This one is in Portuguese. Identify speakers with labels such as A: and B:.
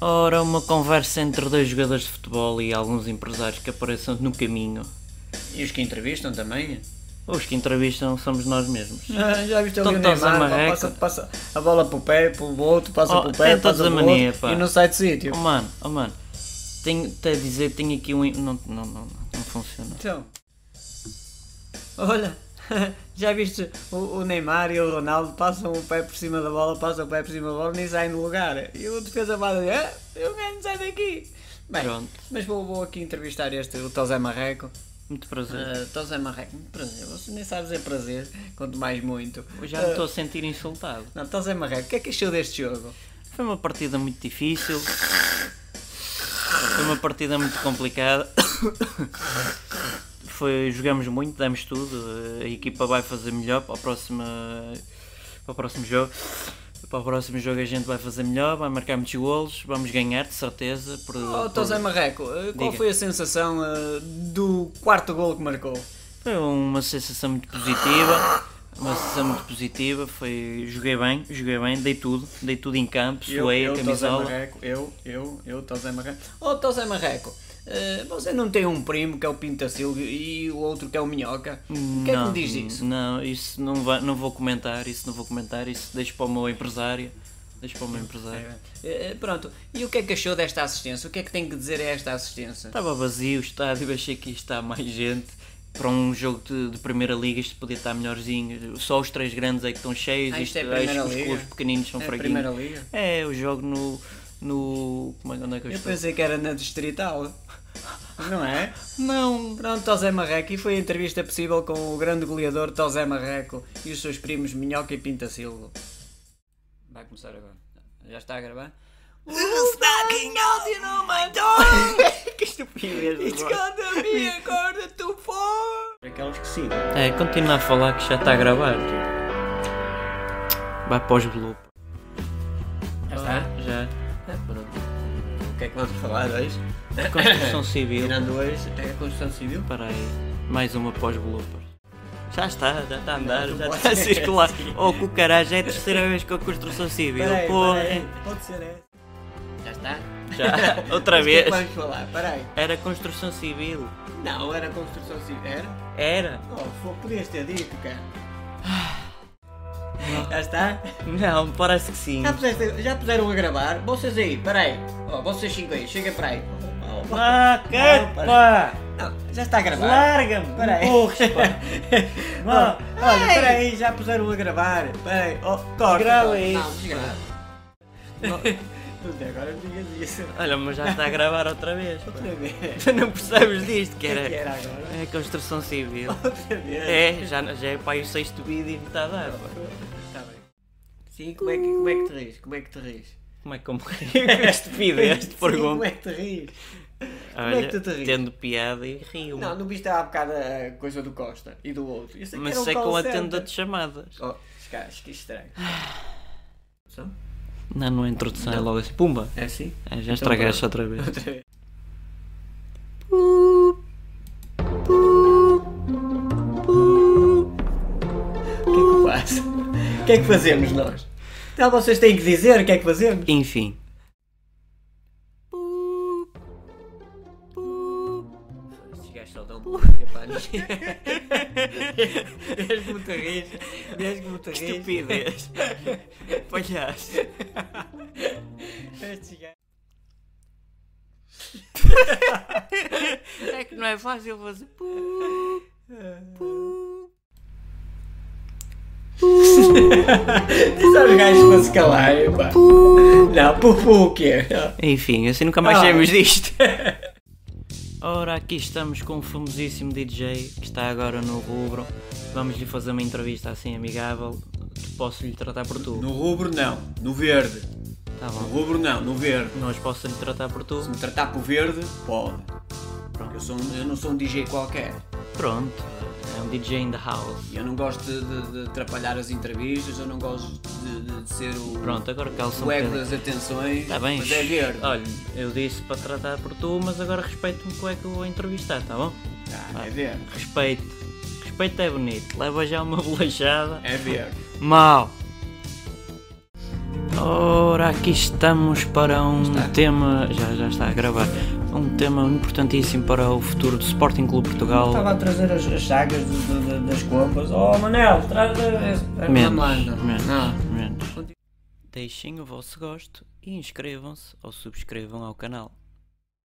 A: Ora, uma conversa entre dois jogadores de futebol e alguns empresários que apareçam no caminho.
B: E os que entrevistam também?
A: Os que entrevistam somos nós mesmos.
B: Ah, já viste ali
A: Estão
B: o
A: todos
B: Neymar,
A: a
B: pá,
A: marreca.
B: passa, passa a bola para o pé, para o outro, passa
A: Oh,
B: para o
A: tem
B: pé,
A: todos
B: passa
A: a
B: para o
A: mania,
B: outro
A: pá.
B: e não sai do sítio.
A: Oh mano, oh mano, tenho até a dizer que tenho aqui um. Não, não, não, não funciona.
B: Então, olha, já viste o, o Neymar e o Ronaldo passam o pé por cima da bola, passam o pé por cima da bola nem saem do lugar. E o defesa vai dizer, ah, eu ganho, sai daqui. Bem,
A: Pronto.
B: mas vou, vou aqui entrevistar este, o Tosé Marreco.
A: Muito prazer.
B: Uh, Tosé Marreco, muito prazer, você nem sabe dizer prazer, quanto mais muito. Ah,
A: Eu já me estou a sentir insultado.
B: Não, Tosé Marreco, o que é que achou deste jogo?
A: Foi uma partida muito difícil. Foi uma partida muito complicada. Foi, jogamos muito, demos tudo. A equipa vai fazer melhor para, a próxima, para o próximo jogo. Para o próximo jogo a gente vai fazer melhor, vai marcar muitos golos, vamos ganhar, de certeza. Por,
B: Oh,
A: por-
B: Tosé Marreco, uh, qual
A: Diga.
B: foi a sensação uh, do quarto gol que marcou?
A: Foi uma sensação muito positiva. Uma sensação muito positiva. Foi, joguei bem, joguei bem, dei tudo, dei tudo em campo, suei a
B: Tozé
A: camisola.
B: Marreco, eu, eu, eu, Tosé Marreco. Oh, Tosé Marreco, eh, você não tem um primo que é o Pinta Silva e o outro que é o Minhoca? O que é que me diz disso?
A: Não, isso não, vai, não vou comentar, isso não vou comentar, isso deixo para o meu empresário. Deixo para o meu empresário.
B: Eh, eh, pronto, e o que é que achou desta assistência? O que é que tem que dizer a esta assistência?
A: Estava vazio o estádio, achei que ia estar mais gente. Para um jogo de, de primeira liga isto podia estar melhorzinho. Só os três grandes é que estão cheios,
B: Ah, isto é
A: isto-
B: Primeira
A: os
B: Liga?
A: clubes pequeninos são
B: É
A: fraquinhos.
B: Primeira Liga?
A: É, o jogo no. no. Como é, onde é que eu,
B: Eu
A: estou?
B: pensei que era na Distrital. Não é?
A: Não,
B: Pronto, Tosé Marreco, e foi a entrevista possível com o grande goleador Tosé Marreco e os seus primos Minhoca e Pinta Silva. Vai começar agora. Já está a gravar?
A: que estupidez!
B: gonna be agora tu for! Aqueles que sim. Tá,
A: É, continua a falar que já está a gravar. Vai para os bloopers.
B: Já está?
A: Já.
B: O que é que vamos falar hoje?
A: Construção civil.
B: Tirando hoje, é a construção civil.
A: Espera aí. Mais uma pós-bloopers. Já está, já está a andar,
B: Não, não
A: já
B: pode
A: está a
B: ser.
A: circular. Oh, que o caralho, já é a terceira vez com a construção civil.
B: Peraí,
A: Porra.
B: peraí, Pode ser essa. Já está?
A: Já, outra
B: Mas o que é que
A: vez.
B: vamos falar? Peraí.
A: Era construção civil.
B: Não, era construção civil. Era?
A: Era?
B: Oh, fô, podias ter dito, cara. é.
A: Ah.
B: Já está?
A: Não, parece que sim.
B: Já, puseste, já puseram a gravar? Vocês aí, peraí. Oh, vocês cinco aí, cheguem para aí. Oh, oh,
A: Ah,
B: pá! Não, já está a gravar.
A: Larga-me! Oh,
B: Peraí.
A: Porra,
B: Ó, olha,
A: Ai.
B: peraí, já puseram a gravar. oh. Peraí, ó, corta.
A: Grava
B: corta.
A: isso,
B: Não, desgrava. Não, até agora não digas isso.
A: Olha, mas já está a gravar outra vez. pá.
B: Outra vez.
A: Tu não percebes disto, que
B: O que
A: era.
B: era agora?
A: É construção civil.
B: Outra vez.
A: É, já, já é para aí o sexto vídeo e me está a dar. pá.
B: Tá bem. Sim, como é, que, como é que te rires? Como é que te rires?
A: Como é que eu morri? Que estupidez de
B: Sim, Como
A: pergunta.
B: é que te rires? como é que
A: Olha,
B: tu te ris?
A: tendo piada e rio.
B: Não, não viste há bocado a coisa do Costa e do outro. Isso é que
A: Mas
B: era um
A: sei que eu
B: call
A: atendo
B: center.
A: de chamadas.
B: Oh, escás, que estranho.
A: Ah.
B: Só?
A: Não, não é introdução, é logo assim. Pumba!
B: É assim?
A: Ah, já estragaste
B: pronto.
A: outra vez.
B: Outra vez. O que é que eu faço? O que é que fazemos nós? Então vocês têm que dizer o que é que fazemos.
A: Enfim.
B: Chegaste
A: um
B: ao dom pá. Desde que me te ris, desde que me te ris.
A: Estupidez. Palhaço.
B: Este gajo.
A: É que não é fácil fazer.
B: Diz aos gajos para se calarem, pá. Não, pupu o quê?
A: Enfim, assim nunca mais
B: Ah.
A: saímos disto. Ora, aqui estamos com o famosíssimo DJ que está agora no rubro. Vamos lhe fazer uma entrevista assim amigável. Posso lhe tratar por tu?
C: No rubro não, no verde.
A: Tá
C: No
A: bom.
C: rubro não, no verde.
A: Nós posso lhe tratar por tu?
C: Se me tratar por verde, pode.
A: Pronto.
C: Eu, sou um- eu não sou um DJ qualquer.
A: Pronto. É um DJ in the house.
C: E Eu não gosto de, de- de atrapalhar as entrevistas, eu não gosto de, de- de ser o,
A: Pronto, agora calça um
C: o ego
A: bocadinho.
C: das atenções.
A: Tá bem.
C: Mas é verde.
A: Olha, eu disse para tratar por tu, mas agora respeito-me com o é que eu vou entrevistar, tá bom?
C: Tá, é verde.
A: Respeito. Respeito é bonito. Leva já uma bolachada.
C: É verde.
A: Mal. Ora, aqui estamos para um
C: Está.
A: tema. Já, já está a gravar. Um tema importantíssimo para o futuro do Sporting Clube Portugal.
B: Estava a trazer as, as chagas do- do- do- das compras. Oh, Manel, traz a- esse-
A: Menos,
C: Não manda.
A: menos,
C: Não.
A: menos. Deixem o vosso gosto e inscrevam-se ou subscrevam ao canal.